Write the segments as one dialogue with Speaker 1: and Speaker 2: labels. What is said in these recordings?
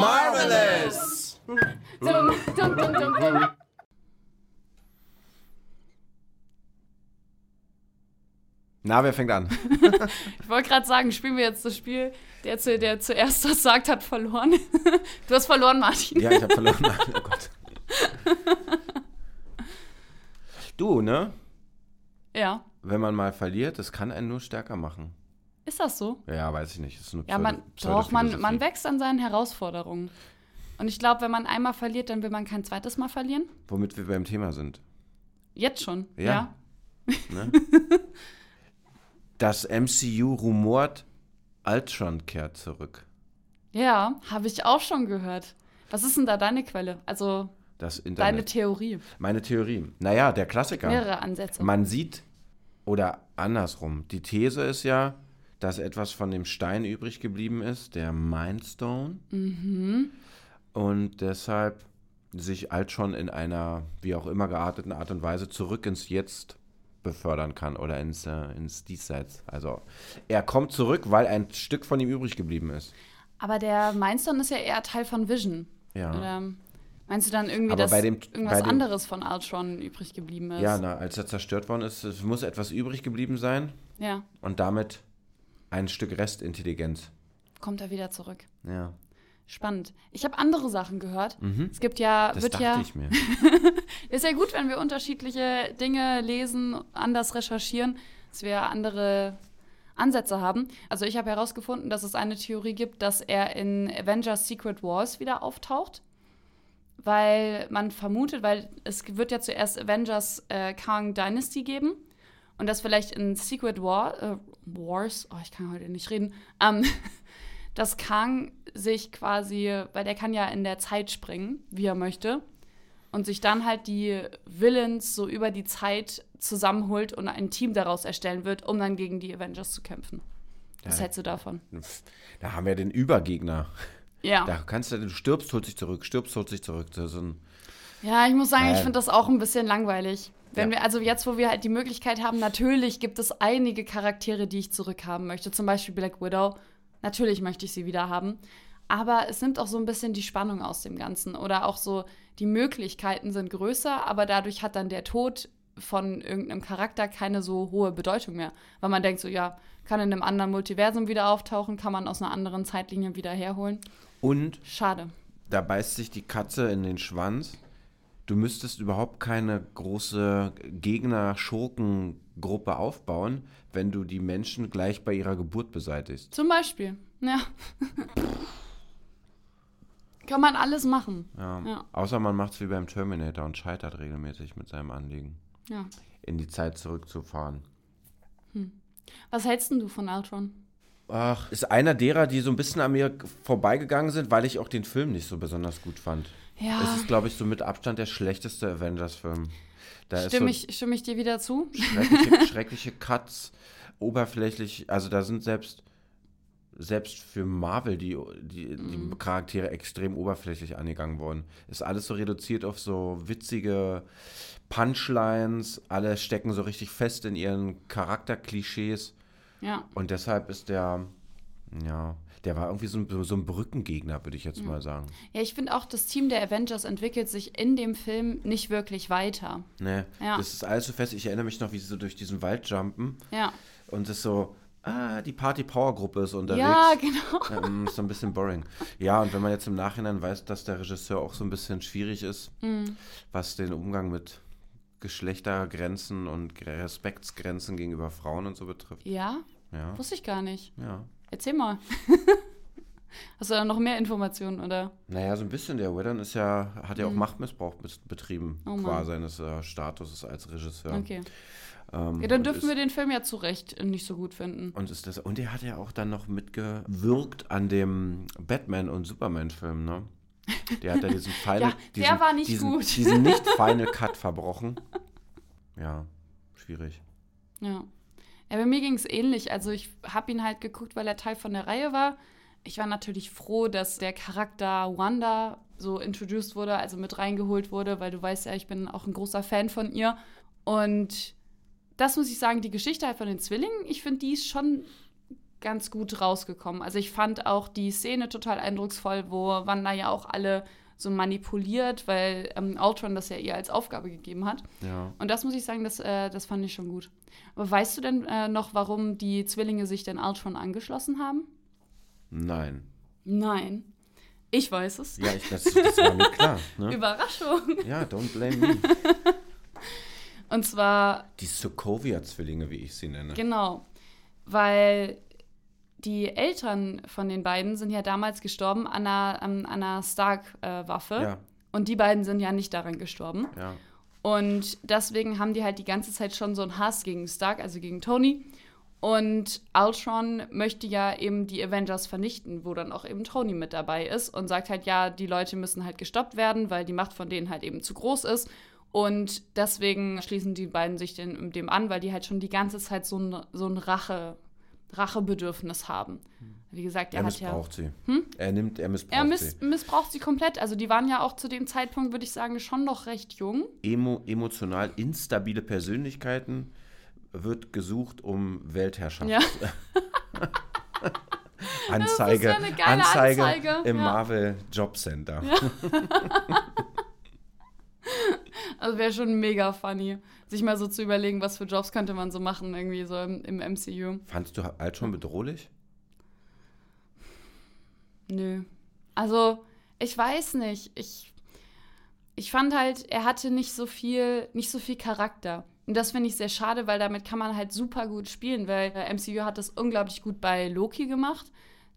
Speaker 1: Marvelous! Na, wer fängt an?
Speaker 2: Ich wollte gerade sagen, spielen wir jetzt das Spiel, der, zu, der zuerst das sagt, hat verloren. Du hast verloren, Martin.
Speaker 1: Ja, ich habe verloren. Oh Gott. Du, ne?
Speaker 2: Ja.
Speaker 1: Wenn man mal verliert, das kann einen nur stärker machen.
Speaker 2: Ist das so?
Speaker 1: Ja, weiß ich nicht. Das ist eine
Speaker 2: Ja, man,
Speaker 1: Pseudo-
Speaker 2: doch, man,
Speaker 1: Pseudophilosophie.
Speaker 2: man wächst an seinen Herausforderungen. Und ich glaube, wenn man einmal verliert, dann will man kein zweites Mal verlieren.
Speaker 1: Womit wir beim Thema sind.
Speaker 2: Jetzt schon.
Speaker 1: Ja.
Speaker 2: Ja.
Speaker 1: Ne? das MCU rumort, Ultron kehrt zurück.
Speaker 2: Ja, habe ich auch schon gehört. Was ist denn da deine Quelle? Also
Speaker 1: Das
Speaker 2: deine
Speaker 1: Internet.
Speaker 2: Theorie.
Speaker 1: Meine Theorie. Naja, der Klassiker.
Speaker 2: Mehrere Ansätze.
Speaker 1: Man sieht, oder andersrum, die These ist ja, dass etwas von dem Stein übrig geblieben ist, der Mindstone. Und deshalb sich halt schon in einer, wie auch immer gearteten Art und Weise zurück ins Jetzt befördern kann oder ins, äh, ins Diesseits. Also er kommt zurück, weil ein Stück von ihm übrig geblieben ist.
Speaker 2: Aber der Mindstone ist ja eher Teil von Vision.
Speaker 1: Ja.
Speaker 2: Oder meinst du dann irgendwie,
Speaker 1: Aber
Speaker 2: dass
Speaker 1: bei dem-
Speaker 2: irgendwas
Speaker 1: bei dem-
Speaker 2: anderes von Ultron übrig geblieben ist?
Speaker 1: Ja, na, als er zerstört worden ist, es muss etwas übrig geblieben sein
Speaker 2: ja.
Speaker 1: und damit ein Stück Restintelligenz.
Speaker 2: Kommt er wieder zurück.
Speaker 1: Ja,
Speaker 2: Spannend. Ich habe andere Sachen gehört. Es gibt ja,
Speaker 1: Mhm. das
Speaker 2: wird
Speaker 1: dachte
Speaker 2: ja,
Speaker 1: ich mir.
Speaker 2: Ist ja gut, wenn wir unterschiedliche Dinge lesen, anders recherchieren, dass wir andere Ansätze haben. Also ich habe herausgefunden, dass es eine Theorie gibt, dass er in Avengers Secret Wars wieder auftaucht. Weil man vermutet, weil es wird ja zuerst Avengers äh, Kang Dynasty geben und dass vielleicht in Secret War, äh, Wars, oh, ich kann heute nicht reden, ähm, dass Kang sich quasi, weil der kann ja in der Zeit springen, wie er möchte, und sich dann halt die Villains so über die Zeit zusammenholt und ein Team daraus erstellen wird, um dann gegen die Avengers zu kämpfen. Was
Speaker 1: Ja.
Speaker 2: hältst du davon?
Speaker 1: Pff, Da haben wir den Übergegner.
Speaker 2: Ja.
Speaker 1: Da kannst du, du stirbst, holt sich zurück, stirbst, holt sich zurück. Das ist ein,
Speaker 2: Ja, ich muss sagen,
Speaker 1: Naja.
Speaker 2: ich finde das auch ein bisschen langweilig. Wenn
Speaker 1: Ja.
Speaker 2: wir, also jetzt, wo wir halt die Möglichkeit haben, natürlich gibt es einige Charaktere, die ich zurückhaben möchte. Zum Beispiel Black Widow. Natürlich möchte ich sie wieder haben. Aber es nimmt auch so ein bisschen die Spannung aus dem Ganzen. Oder auch so, die Möglichkeiten sind größer, aber dadurch hat dann der Tod von irgendeinem Charakter keine so hohe Bedeutung mehr. Weil man denkt so, ja, kann in einem anderen Multiversum wieder auftauchen, kann man aus einer anderen Zeitlinie wieder herholen.
Speaker 1: und
Speaker 2: Schade.
Speaker 1: da beißt sich die Katze in den Schwanz. Du müsstest überhaupt keine große Gegner-Schurken-Gruppe aufbauen, wenn du die Menschen gleich bei ihrer Geburt beseitigst.
Speaker 2: Zum Beispiel, ja. Kann man alles machen.
Speaker 1: Ja.
Speaker 2: Ja.
Speaker 1: Außer man macht es wie beim Terminator und scheitert regelmäßig mit seinem Anliegen,
Speaker 2: Ja.
Speaker 1: in die Zeit zurückzufahren.
Speaker 2: Was hältst denn du von Ultron?
Speaker 1: Ach, ist einer derer, die so ein bisschen an mir vorbeigegangen sind, weil ich auch den Film nicht so besonders gut fand.
Speaker 2: Ja.
Speaker 1: Es ist, glaube ich, so mit Abstand der schlechteste Avengers-Film. Da
Speaker 2: Stimme
Speaker 1: ist so
Speaker 2: ich, stimme ich dir wieder zu?
Speaker 1: schreckliche, schreckliche Cuts, oberflächlich, also da sind selbst selbst für Marvel die, die, die Charaktere extrem oberflächlich angegangen worden. Ist alles so reduziert auf so witzige Punchlines, alle stecken so richtig fest in ihren Charakterklischees
Speaker 2: Ja.
Speaker 1: und deshalb ist der, ja, der war irgendwie so ein, so ein Brückengegner, würde ich jetzt mal sagen.
Speaker 2: Ja, ich finde auch, das Team der Avengers entwickelt sich in dem Film nicht wirklich weiter.
Speaker 1: Ne,
Speaker 2: Ja.
Speaker 1: das ist alles so fest. Ich erinnere mich noch, wie sie so durch diesen Wald jumpen
Speaker 2: Ja.
Speaker 1: und es so, ah, die Party-Power-Gruppe ist unterwegs.
Speaker 2: Ja, genau.
Speaker 1: Ähm, ist so ein bisschen boring. Ja, und wenn man jetzt im Nachhinein weiß, dass der Regisseur auch so ein bisschen schwierig ist,
Speaker 2: Mm.
Speaker 1: was den Umgang mit Geschlechtergrenzen und Gre- Respektsgrenzen gegenüber Frauen und so betrifft.
Speaker 2: Ja,
Speaker 1: Ja,
Speaker 2: wusste ich gar nicht.
Speaker 1: ja.
Speaker 2: Erzähl mal. Hast du da noch mehr Informationen, oder?
Speaker 1: Naja, so ein bisschen. Der Whedon ist ja, hat ja auch Machtmissbrauch bet- betrieben,
Speaker 2: Mm. Oh Mann.
Speaker 1: qua seines äh, Statuses als Regisseur.
Speaker 2: Okay.
Speaker 1: Ähm,
Speaker 2: Ja, dann
Speaker 1: und
Speaker 2: dürfen
Speaker 1: ist-
Speaker 2: wir den Film ja zu Recht nicht so gut finden.
Speaker 1: Und, ist das, und er hat ja auch dann noch mitgewirkt an dem Batman- und Superman-Film, ne? Der hat ja diesen Final,
Speaker 2: Ja, der
Speaker 1: diesen,
Speaker 2: war nicht
Speaker 1: diesen,
Speaker 2: gut.
Speaker 1: diesen nicht Final Cut verbrochen. Ja, schwierig.
Speaker 2: Ja. Ja, bei mir ging es ähnlich. Also ich habe ihn halt geguckt, weil er Teil von der Reihe war. Ich war natürlich froh, dass der Charakter Wanda so introduced wurde, also mit reingeholt wurde, weil du weißt ja, ich bin auch ein großer Fan von ihr. Und das muss ich sagen, die Geschichte halt von den Zwillingen, ich finde, die ist schon ganz gut rausgekommen. Also ich fand auch die Szene total eindrucksvoll, wo Wanda ja auch alle so manipuliert, weil ähm, Ultron das ja ihr als Aufgabe gegeben hat.
Speaker 1: Ja.
Speaker 2: Und das muss ich sagen, das, äh, das fand ich schon gut. Aber weißt du denn äh, noch, warum die Zwillinge sich denn Ultron angeschlossen haben?
Speaker 1: Nein.
Speaker 2: Nein. Ich weiß es.
Speaker 1: Ja, ich, das, das war mir klar. Ne?
Speaker 2: Überraschung.
Speaker 1: Ja, don't blame me.
Speaker 2: Und zwar
Speaker 1: Die Sokovia-Zwillinge, wie ich sie nenne.
Speaker 2: Genau, weil die Eltern von den beiden sind ja damals gestorben an einer, an einer Stark-Waffe.
Speaker 1: Ja.
Speaker 2: Und die beiden sind ja nicht daran gestorben.
Speaker 1: Ja.
Speaker 2: Und deswegen haben die halt die ganze Zeit schon so einen Hass gegen Stark, also gegen Tony. Und Ultron möchte ja eben die Avengers vernichten, wo dann auch eben Tony mit dabei ist und sagt halt, ja, die Leute müssen halt gestoppt werden, weil die Macht von denen halt eben zu groß ist. Und deswegen schließen die beiden sich dem, dem an, weil die halt schon die ganze Zeit so ein, so ein Rache, Rachebedürfnis haben. Wie gesagt, er
Speaker 1: Hm. Er
Speaker 2: hat ja. Hm?
Speaker 1: missbraucht sie. Er nimmt, er missbraucht
Speaker 2: Er
Speaker 1: sie.
Speaker 2: miss, missbraucht sie komplett. Also die waren ja auch zu dem Zeitpunkt, würde ich sagen, schon noch recht jung.
Speaker 1: Emo, emotional instabile Persönlichkeiten wird gesucht, um Weltherrschaft.
Speaker 2: Ja.
Speaker 1: Anzeige,
Speaker 2: Das ist ja eine geile
Speaker 1: Anzeige,
Speaker 2: Anzeige,
Speaker 1: im
Speaker 2: ja.
Speaker 1: Marvel Job Center.
Speaker 2: Also wäre schon mega funny, sich mal so zu überlegen, was für Jobs könnte man so machen, irgendwie so im, im MCU.
Speaker 1: Fandst du alt schon bedrohlich?
Speaker 2: Nö. Also, ich weiß nicht. Ich, ich fand halt, er hatte nicht so viel, nicht so viel Charakter. Und das finde ich sehr schade, weil damit kann man halt super gut spielen, weil äh, MCU hat das unglaublich gut bei Loki gemacht,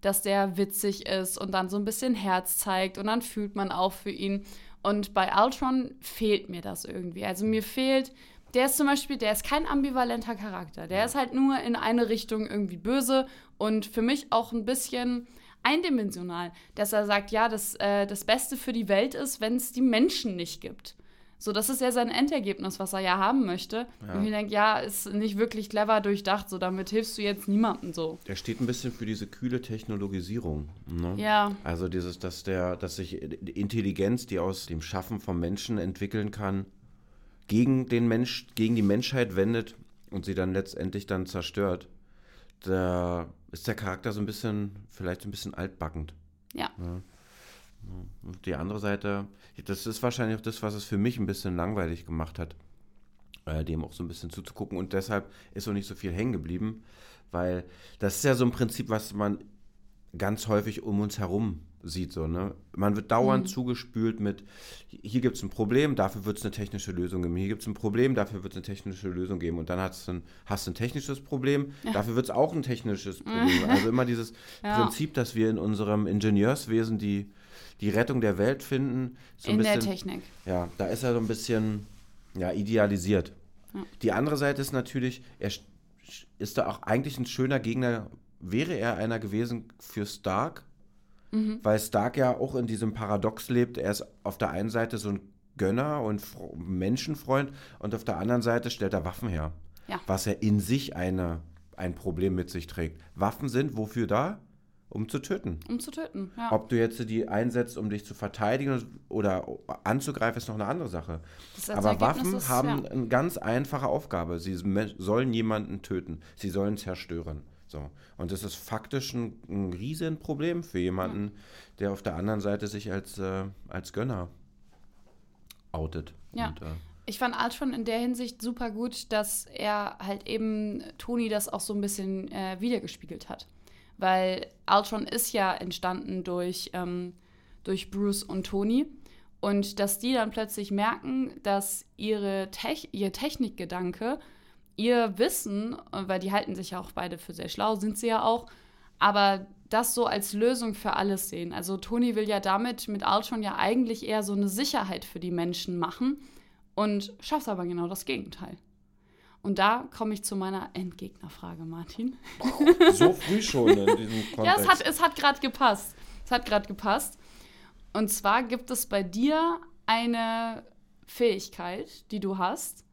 Speaker 2: dass der witzig ist und dann so ein bisschen Herz zeigt und dann fühlt man auch für ihn. Und bei Ultron fehlt mir das irgendwie. Also mir fehlt, der ist zum Beispiel, der ist kein ambivalenter Charakter. Der ist halt nur in eine Richtung irgendwie böse und für mich auch ein bisschen eindimensional, dass er sagt, ja, das, äh, das Beste für die Welt ist, wenn es die Menschen nicht gibt. So, das ist ja sein Endergebnis, was er ja haben möchte.
Speaker 1: Ja.
Speaker 2: Und ich denke, ja, ist nicht wirklich clever durchdacht, so damit hilfst du jetzt niemandem so.
Speaker 1: Er steht ein bisschen für diese kühle Technologisierung. Ne?
Speaker 2: Ja.
Speaker 1: Also dieses, dass der, dass sich die Intelligenz, die aus dem Schaffen vom Menschen entwickeln kann, gegen den Mensch, gegen die Menschheit wendet und sie dann letztendlich dann zerstört. Da ist der Charakter so ein bisschen, vielleicht so ein bisschen altbackend.
Speaker 2: Ja.
Speaker 1: Und die andere Seite, das ist wahrscheinlich auch das, was es für mich ein bisschen langweilig gemacht hat, äh, dem auch so ein bisschen zuzugucken. Und deshalb ist auch nicht so viel hängen geblieben, weil das ist ja so ein Prinzip, was man ganz häufig um uns herum sieht. So, ne? Man wird
Speaker 2: Mhm.
Speaker 1: dauernd zugespült mit, hier gibt es ein Problem, dafür wird es eine technische Lösung geben. Hier gibt es ein Problem, dafür wird es eine technische Lösung geben. Und dann hast du ein, hast du ein technisches Problem, dafür wird es auch ein technisches Problem. Also immer dieses
Speaker 2: Mhm. Ja.
Speaker 1: Prinzip, dass wir in unserem Ingenieurswesen die, die Rettung der Welt finden. So ein
Speaker 2: in der
Speaker 1: bisschen-
Speaker 2: Technik.
Speaker 1: ja, da ist er so ein bisschen ja, idealisiert.
Speaker 2: Ja.
Speaker 1: Die andere Seite ist natürlich, er sch- ist da auch eigentlich ein schöner Gegner, wäre er einer gewesen für Stark,
Speaker 2: Mhm.
Speaker 1: weil Stark ja auch in diesem Paradox lebt. Er ist auf der einen Seite so ein Gönner und Fro- Menschenfreund und auf der anderen Seite stellt er Waffen her,
Speaker 2: Ja.
Speaker 1: was ja in sich eine, ein Problem mit sich trägt. Waffen sind wofür da? Um zu töten.
Speaker 2: Um zu töten. Ja.
Speaker 1: Ob du jetzt die einsetzt, um dich zu verteidigen oder anzugreifen, ist noch eine andere Sache.
Speaker 2: Das
Speaker 1: Aber
Speaker 2: Ergebnis
Speaker 1: Waffen
Speaker 2: ist,
Speaker 1: haben
Speaker 2: ja.
Speaker 1: eine ganz einfache Aufgabe. Sie me- sollen jemanden töten. Sie sollen zerstören. So. Und das ist faktisch ein, ein Riesenproblem für jemanden, der auf der anderen Seite sich als, äh, als Gönner outet.
Speaker 2: Ja.
Speaker 1: Und, äh,
Speaker 2: Ich fand Ultron in der Hinsicht super gut, dass er halt eben Tony das auch so ein bisschen äh, wiedergespiegelt hat. Weil Ultron ist ja entstanden durch, ähm, durch Bruce und Tony. Und dass die dann plötzlich merken, dass ihre Tech ihr Technikgedanke, ihr Wissen, äh, weil die halten sich ja auch beide für sehr schlau, sind sie ja auch, aber das so als Lösung für alles sehen. Also Tony will ja damit mit Ultron ja eigentlich eher so eine Sicherheit für die Menschen machen und schafft aber genau das Gegenteil. Und da komme ich zu meiner Endgegnerfrage, Martin.
Speaker 1: so früh schon in diesem Kontext.
Speaker 2: Ja, es hat, es hat gerade gepasst. Es hat gerade gepasst. Und zwar gibt es bei dir eine Fähigkeit, die du hast,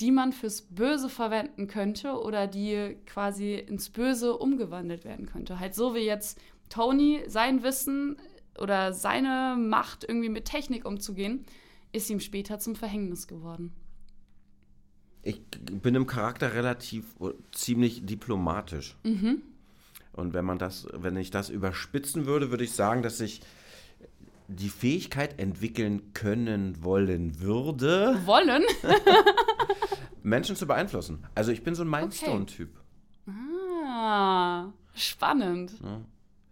Speaker 2: die man fürs Böse verwenden könnte oder die quasi ins Böse umgewandelt werden könnte. Halt so wie jetzt Tony sein Wissen oder seine Macht, irgendwie mit Technik umzugehen, ist ihm später zum Verhängnis geworden.
Speaker 1: Ich bin im Charakter relativ äh, ziemlich diplomatisch. Und wenn man das, wenn ich das überspitzen würde, würde ich sagen, dass ich die Fähigkeit entwickeln können wollen würde,
Speaker 2: Wollen?
Speaker 1: Menschen zu beeinflussen. Also ich bin so ein Mindstone-Typ.
Speaker 2: Ah, spannend.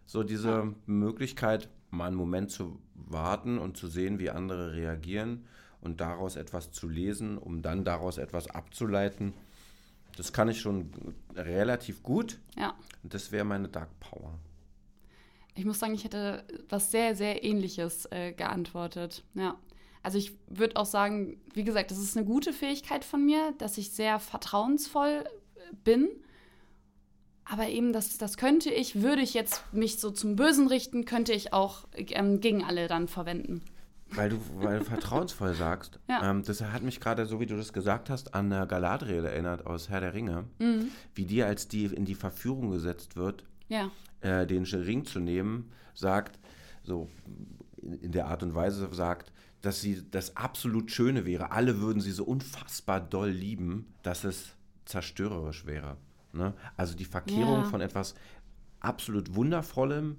Speaker 1: So diese Möglichkeit, mal einen Moment zu warten und zu sehen, wie andere reagieren und daraus etwas zu lesen, um dann daraus etwas abzuleiten. Das kann ich schon relativ gut.
Speaker 2: Ja.
Speaker 1: Und das wäre meine Dark Power.
Speaker 2: Ich muss sagen, ich hätte was sehr, sehr Ähnliches äh, geantwortet. Ja. Also ich würde auch sagen, wie gesagt, das ist eine gute Fähigkeit von mir, dass ich sehr vertrauensvoll äh, bin. Aber eben, das, das könnte ich, würde ich jetzt mich so zum Bösen richten, könnte ich auch ähm, gegen alle dann verwenden.
Speaker 1: Weil du, weil du vertrauensvoll sagst.
Speaker 2: Ja.
Speaker 1: Ähm, das hat mich gerade, so wie du das gesagt hast, an äh, Galadriel erinnert aus Herr der Ringe.
Speaker 2: Mhm.
Speaker 1: Wie die, als die in die Verführung gesetzt wird,
Speaker 2: Ja.
Speaker 1: äh, den Ring zu nehmen, sagt, so in, in der Art und Weise sagt, dass sie das absolut Schöne wäre. Alle würden sie so unfassbar doll lieben, dass es zerstörerisch wäre. Ne? Also die Verkehrung
Speaker 2: Ja.
Speaker 1: von etwas absolut Wundervollem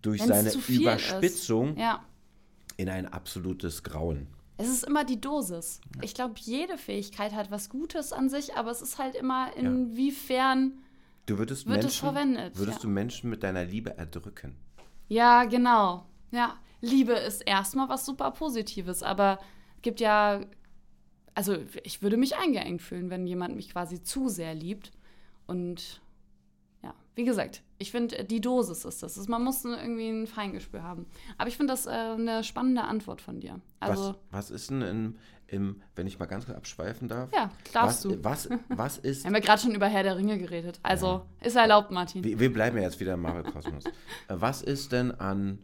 Speaker 1: durch
Speaker 2: Wenn's
Speaker 1: seine
Speaker 2: zu viel
Speaker 1: Überspitzung
Speaker 2: Ist. Ja.
Speaker 1: in ein absolutes Grauen.
Speaker 2: Es ist immer die Dosis. Ich glaube, jede Fähigkeit hat was Gutes an sich, aber es ist halt immer, inwiefern.
Speaker 1: Du würdest
Speaker 2: Wird es
Speaker 1: Menschen,
Speaker 2: verwendet,
Speaker 1: Würdest
Speaker 2: ja.
Speaker 1: du Menschen mit deiner Liebe erdrücken?
Speaker 2: Ja, genau. Ja, Liebe ist erstmal was super Positives, aber es gibt ja. Also, ich würde mich eingeengt fühlen, wenn jemand mich quasi zu sehr liebt. Und ja, wie gesagt, ich finde, die Dosis ist das. Man muss irgendwie ein Feingespür haben. Aber ich finde das äh, eine spannende Antwort von dir. Also,
Speaker 1: was, was ist denn im, im, wenn ich mal ganz kurz abschweifen darf?
Speaker 2: Ja, darfst
Speaker 1: was,
Speaker 2: du.
Speaker 1: Was, was ist.
Speaker 2: wir haben ja gerade schon über Herr der Ringe geredet. Also, ist erlaubt, Martin.
Speaker 1: wir, wir bleiben ja jetzt wieder im Marvel-Kosmos. Äh, was ist denn an.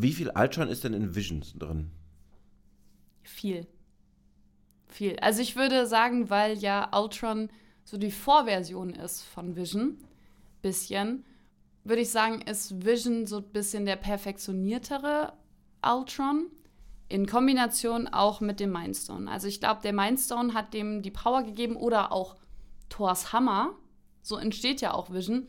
Speaker 1: Wie viel Altschon ist denn in Visions drin?
Speaker 2: Viel. Viel. Also ich würde sagen, weil ja Ultron so die Vorversion ist von Vision, bisschen, würde ich sagen, ist Vision so ein bisschen der perfektioniertere Ultron. In Kombination auch mit dem Mindstone. Also ich glaube, der Mindstone hat dem die Power gegeben oder auch Thors Hammer, so entsteht ja auch Vision,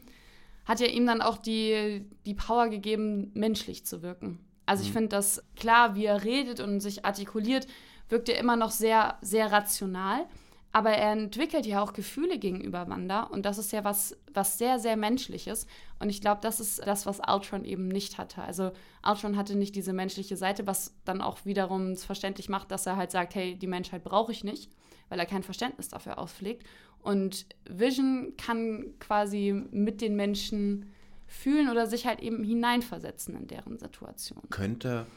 Speaker 2: hat ja ihm dann auch die, die Power gegeben, menschlich zu wirken. Also ich finde das klar, wie er redet und sich artikuliert, wirkt er immer noch sehr, sehr rational. Aber er entwickelt ja auch Gefühle gegenüber Wanda und das ist ja was, was sehr, sehr menschliches. Und ich glaube, das ist das, was Ultron eben nicht hatte. Also Ultron hatte nicht diese menschliche Seite, was dann auch wiederum es verständlich macht, dass er halt sagt, hey, die Menschheit brauche ich nicht, weil er kein Verständnis dafür auflegt. Und Vision kann quasi mit den Menschen fühlen oder sich halt eben hineinversetzen in deren Situation.
Speaker 1: Könnte,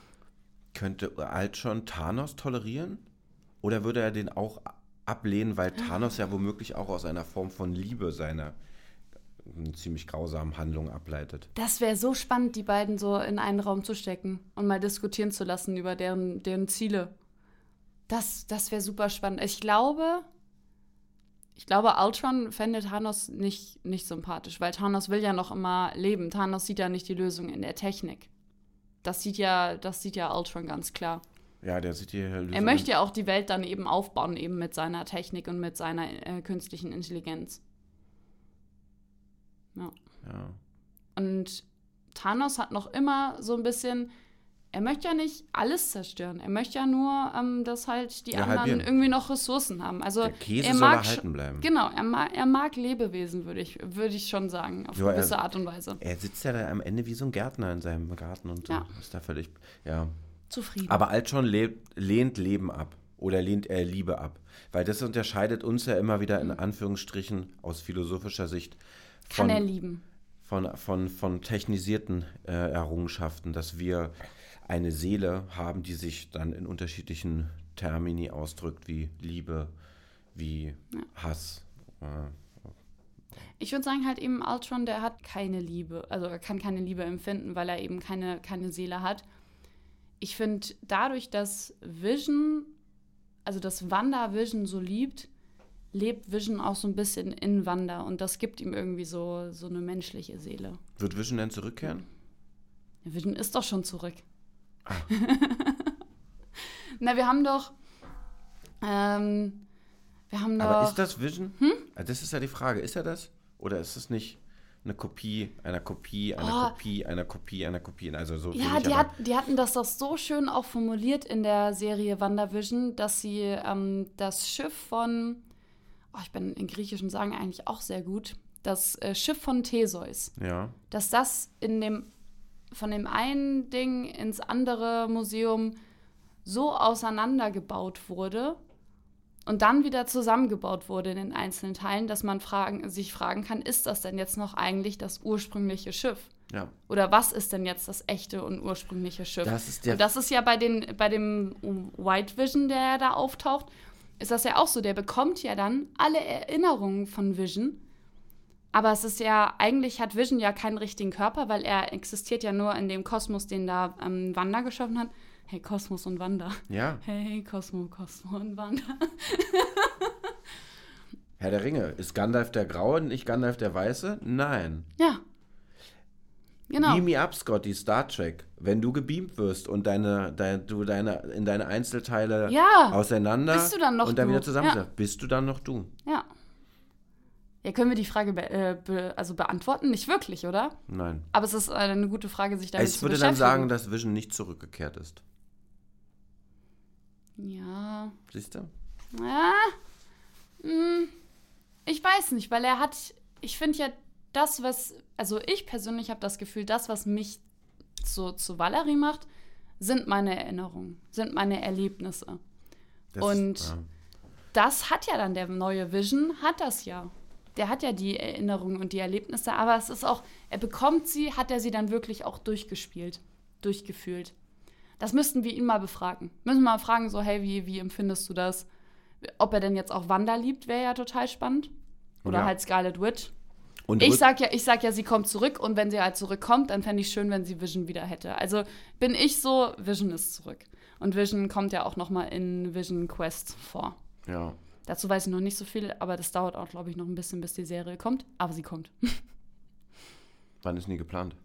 Speaker 1: könnte Altschon Thanos tolerieren? Oder würde er den auch ablehnen, weil Thanos ja womöglich auch aus einer Form von Liebe seine äh, ziemlich grausamen Handlung ableitet?
Speaker 2: Das wäre so spannend, die beiden so in einen Raum zu stecken und mal diskutieren zu lassen über deren, deren Ziele. Das, das wäre super spannend. Ich glaube, ich glaube, Ultron fände Thanos nicht, nicht sympathisch, weil Thanos will ja noch immer leben. Thanos sieht ja nicht die Lösung in der Technik. Das sieht ja, das sieht ja Ultron ganz klar.
Speaker 1: Ja, der sieht hier.
Speaker 2: Er möchte ja auch die Welt dann eben aufbauen, eben mit seiner Technik und mit seiner äh, künstlichen Intelligenz. Ja.
Speaker 1: Ja.
Speaker 2: Und Thanos hat noch immer so ein bisschen, er möchte ja nicht alles zerstören. Er möchte ja nur, ähm, dass halt die
Speaker 1: Ja,
Speaker 2: anderen
Speaker 1: halbieren.
Speaker 2: irgendwie noch Ressourcen haben. Also
Speaker 1: Der Käse
Speaker 2: er
Speaker 1: soll
Speaker 2: mag sch-
Speaker 1: erhalten bleiben.
Speaker 2: Genau, er mag, er mag Lebewesen, würde ich, würde ich schon sagen, auf
Speaker 1: Ja, er-
Speaker 2: gewisse Art und Weise.
Speaker 1: Er sitzt ja da am Ende wie so ein Gärtner in seinem Garten und
Speaker 2: Ja.
Speaker 1: so. ist da völlig. Ja.
Speaker 2: Zufrieden.
Speaker 1: Aber Altschon lebt, lehnt Leben ab oder lehnt er Liebe ab. Weil das unterscheidet uns ja immer wieder in Anführungsstrichen aus philosophischer Sicht
Speaker 2: Mhm. Kann
Speaker 1: von,
Speaker 2: er lieben.
Speaker 1: von, von, von technisierten äh, Errungenschaften, dass wir eine Seele haben, die sich dann in unterschiedlichen Termini ausdrückt, wie Liebe, wie Hass. Äh,
Speaker 2: Ich würde sagen, halt eben Ultron, der hat keine Liebe, also er kann keine Liebe empfinden, weil er eben keine, keine Seele hat. Ich finde, dadurch, dass Vision, also dass Wanda Vision so liebt, lebt Vision auch so ein bisschen in Wanda und das gibt ihm irgendwie so, so eine menschliche Seele.
Speaker 1: Wird Vision denn zurückkehren?
Speaker 2: Vision ist doch schon zurück.
Speaker 1: Ah.
Speaker 2: Na, wir haben doch. Ähm, wir haben doch.
Speaker 1: Aber ist das Vision?
Speaker 2: Hm?
Speaker 1: Ah, Das ist ja die Frage. Ist er das? Oder ist es nicht eine Kopie einer Kopie, einer
Speaker 2: Oh.
Speaker 1: Kopie, einer Kopie, einer Kopie? Also so
Speaker 2: Ja,
Speaker 1: nicht,
Speaker 2: die, hat,
Speaker 1: aber
Speaker 2: die hatten das doch so schön auch formuliert in der Serie WandaVision, dass sie ähm, das Schiff von, oh, ich bin in griechischen Sagen eigentlich auch sehr gut, das äh, Schiff von Theseus,
Speaker 1: Ja.
Speaker 2: dass das in dem, von dem einen Ding ins andere Museum so auseinandergebaut wurde und dann wieder zusammengebaut wurde in den einzelnen Teilen, dass man fragen, sich fragen kann, ist das denn jetzt noch eigentlich das ursprüngliche Schiff?
Speaker 1: Ja.
Speaker 2: Oder was ist denn jetzt das echte und ursprüngliche Schiff?
Speaker 1: Das ist der-
Speaker 2: Äh, und das ist ja bei, den, bei dem White Vision, der ja da auftaucht, ist das ja auch so. Der bekommt ja dann alle Erinnerungen von Vision. Aber es ist ja, eigentlich hat Vision ja keinen richtigen Körper, weil er existiert ja nur in dem Kosmos, den da ähm, Wanda geschaffen hat. Hey, Kosmos und Wanda.
Speaker 1: Ja.
Speaker 2: Hey, Cosmo, Cosmo und Wanda.
Speaker 1: Herr der Ringe. Ist Gandalf der Graue, nicht Gandalf der Weiße? Nein.
Speaker 2: Ja. Genau.
Speaker 1: Beam me up, Scotty, Star Trek. Wenn du gebeamt wirst und deine, dein, du deine, in deine Einzelteile
Speaker 2: Ja.
Speaker 1: auseinander
Speaker 2: Bist du dann noch
Speaker 1: und dann
Speaker 2: du?
Speaker 1: wieder zusammen,
Speaker 2: Ja.
Speaker 1: bist du dann noch du?
Speaker 2: Ja. Ja, können wir die Frage be äh, be also beantworten? Nicht wirklich, oder?
Speaker 1: Nein.
Speaker 2: Aber es ist äh, eine gute Frage, sich damit
Speaker 1: Also ich
Speaker 2: zu
Speaker 1: würde dann
Speaker 2: beschäftigen.
Speaker 1: sagen, dass Vision nicht zurückgekehrt ist.
Speaker 2: ja.
Speaker 1: Siehst du?
Speaker 2: Ja. Hm. Ich weiß nicht, weil er hat. Ich finde ja das, was. Also ich persönlich habe das Gefühl, das, was mich so zu Valerie macht, sind meine Erinnerungen, sind meine Erlebnisse.
Speaker 1: Das
Speaker 2: Und-
Speaker 1: ja.
Speaker 2: das hat ja dann der neue Vision, hat das ja. Der hat ja die Erinnerungen und die Erlebnisse, aber es ist auch, er bekommt sie, hat er sie dann wirklich auch durchgespielt, durchgefühlt. Das müssten wir ihn mal befragen. Müssen wir mal fragen, so, hey, wie, wie empfindest du das? Ob er denn jetzt auch Wanda liebt, wäre ja total spannend. Oder
Speaker 1: Ja.
Speaker 2: halt Scarlet Witch.
Speaker 1: und
Speaker 2: Ich
Speaker 1: rück-
Speaker 2: sag, ja, ich sag ja, sie kommt zurück und wenn sie halt zurückkommt, dann fände ich schön, wenn sie Vision wieder hätte. Also bin ich so, Vision ist zurück. Und Vision kommt ja auch nochmal in Vision Quest vor.
Speaker 1: ja.
Speaker 2: Dazu weiß ich noch nicht so viel, aber das dauert auch, glaube ich, noch ein bisschen, bis die Serie kommt. Aber sie kommt.
Speaker 1: Wann ist nie geplant?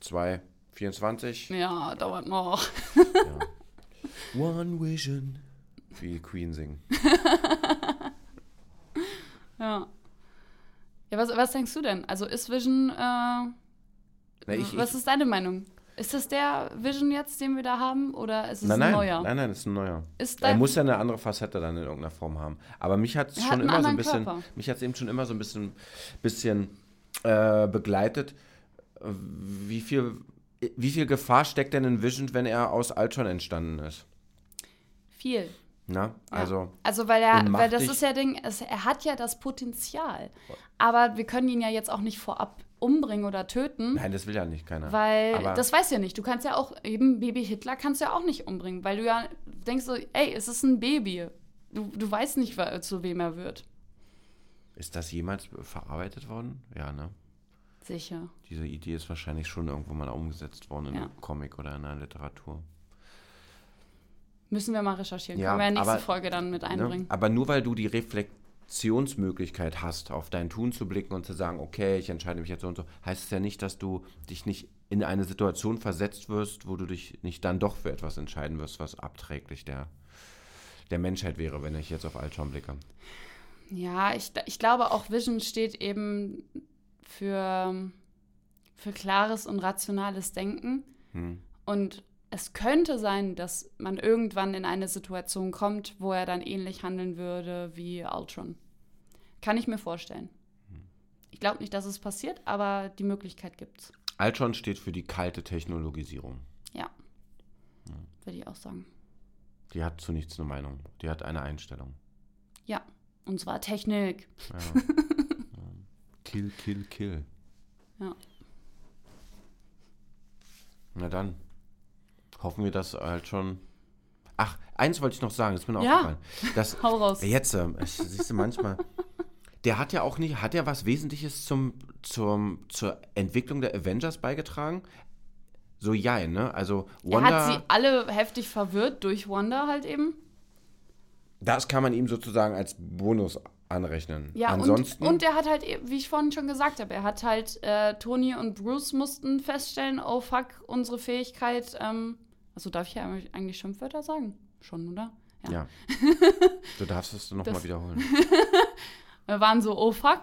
Speaker 1: 2, 24?
Speaker 2: Ja, dauert noch.
Speaker 1: Ja. One Vision. Wie Queen singen.
Speaker 2: Ja. Ja, was, was denkst du denn? Also ist Vision, äh,
Speaker 1: Na, ich,
Speaker 2: was
Speaker 1: ich,
Speaker 2: ist deine Meinung? Ist das der Vision jetzt, den wir da haben, oder ist es
Speaker 1: nein,
Speaker 2: ein
Speaker 1: nein,
Speaker 2: neuer?
Speaker 1: nein, nein, das ist ein neuer.
Speaker 2: Ist
Speaker 1: er
Speaker 2: dein-
Speaker 1: muss ja eine andere Facette dann in irgendeiner Form haben. Aber mich hat es
Speaker 2: Er
Speaker 1: schon
Speaker 2: hat einen
Speaker 1: immer so ein
Speaker 2: anderen
Speaker 1: bisschen,
Speaker 2: Körper.
Speaker 1: mich hat eben schon immer so ein bisschen, bisschen äh, begleitet. äh, Wie viel, wie viel Gefahr steckt denn in Vision, wenn er aus Ultron entstanden ist?
Speaker 2: Viel.
Speaker 1: Na,
Speaker 2: Ja.
Speaker 1: also
Speaker 2: also weil er,
Speaker 1: und mach
Speaker 2: weil das
Speaker 1: dich-
Speaker 2: ist ja Ding, es, er hat ja das Potenzial. Aber wir können ihn ja jetzt auch nicht vorab umbringen oder töten.
Speaker 1: nein, das will ja nicht keiner.
Speaker 2: Weil
Speaker 1: Aber
Speaker 2: das weiß ja nicht. Du kannst ja auch eben Baby Hitler kannst du ja auch nicht umbringen, weil du ja denkst so, ey, es ist ein Baby. Du, du weißt nicht, wa- zu wem er wird.
Speaker 1: ist das jemals verarbeitet worden? Ja, ne.
Speaker 2: Sicher.
Speaker 1: Diese Idee ist wahrscheinlich schon irgendwo mal umgesetzt worden in
Speaker 2: Ja.
Speaker 1: einem Comic oder in einer Literatur.
Speaker 2: Müssen wir mal recherchieren.
Speaker 1: Ja,
Speaker 2: Können wir ja nächste
Speaker 1: aber-
Speaker 2: Folge dann mit
Speaker 1: Ne?
Speaker 2: einbringen.
Speaker 1: Aber nur weil du die Reflexionsmöglichkeit hast, auf dein Tun zu blicken und zu sagen, okay, ich entscheide mich jetzt so und so, heißt es ja nicht, dass du dich nicht in eine Situation versetzt wirst, wo du dich nicht dann doch für etwas entscheiden wirst, was abträglich der, der Menschheit wäre, wenn ich jetzt auf Altschon blicke.
Speaker 2: Ja, ich, ich glaube auch Vision steht eben für, für klares und rationales Denken.
Speaker 1: Hm.
Speaker 2: Und es könnte sein, dass man irgendwann in eine Situation kommt, wo er dann ähnlich handeln würde wie Ultron. Kann ich mir vorstellen.
Speaker 1: Hm.
Speaker 2: Ich glaube nicht, dass es passiert, aber die Möglichkeit gibt's.
Speaker 1: Altschon steht für die kalte Technologisierung.
Speaker 2: Ja. Würde ich auch sagen.
Speaker 1: Die hat zu nichts eine Meinung. Die hat eine Einstellung.
Speaker 2: Ja. Und zwar Technik.
Speaker 1: Ja. Ja. kill, kill, kill.
Speaker 2: Ja.
Speaker 1: Na dann. Hoffen wir, dass halt schon. Ach, eins wollte ich noch sagen, das ist mir noch
Speaker 2: Ja.
Speaker 1: aufgefallen. Das,
Speaker 2: Hau raus.
Speaker 1: jetzt, äh, es- siehst du manchmal. Der hat ja auch nicht, hat ja was Wesentliches zum, zum, zur Entwicklung der Avengers beigetragen? So jein, ne? Also
Speaker 2: Er
Speaker 1: Wanda.
Speaker 2: hat sie alle heftig verwirrt durch Wanda halt eben.
Speaker 1: Das kann man ihm sozusagen als Bonus anrechnen.
Speaker 2: Ja,
Speaker 1: Ansonsten,
Speaker 2: und, und er hat halt, eben- wie ich vorhin schon gesagt habe, er hat halt, äh, Tony und Bruce mussten feststellen, oh fuck, unsere Fähigkeit, ähm, also darf ich ja eigentlich Schimpfwörter sagen? Schon, oder?
Speaker 1: ja. du darfst es nochmal
Speaker 2: Das-
Speaker 1: wiederholen.
Speaker 2: Wir waren so, oh fuck.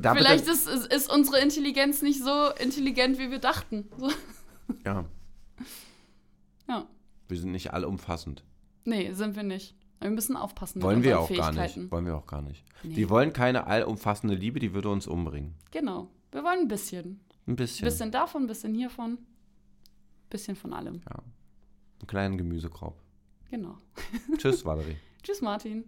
Speaker 1: Da bitte-
Speaker 2: Vielleicht ist, ist, ist unsere Intelligenz nicht so intelligent, wie wir dachten. So,
Speaker 1: Ja,
Speaker 2: ja.
Speaker 1: wir sind nicht allumfassend.
Speaker 2: Nee, sind wir nicht. Wir müssen aufpassen. mit
Speaker 1: Wollen wir auch
Speaker 2: unseren
Speaker 1: gar nicht.
Speaker 2: Fähigkeiten.
Speaker 1: Wollen wir auch gar nicht.
Speaker 2: Nee.
Speaker 1: Wir wollen keine allumfassende Liebe, die würde uns umbringen.
Speaker 2: Genau. Wir wollen ein bisschen.
Speaker 1: Ein bisschen.
Speaker 2: Ein bisschen davon, ein bisschen hiervon. Ein bisschen von allem.
Speaker 1: Ja. Einen kleinen Gemüsekorb.
Speaker 2: Genau.
Speaker 1: Tschüss, Valerie.
Speaker 2: Tschüss, Martin.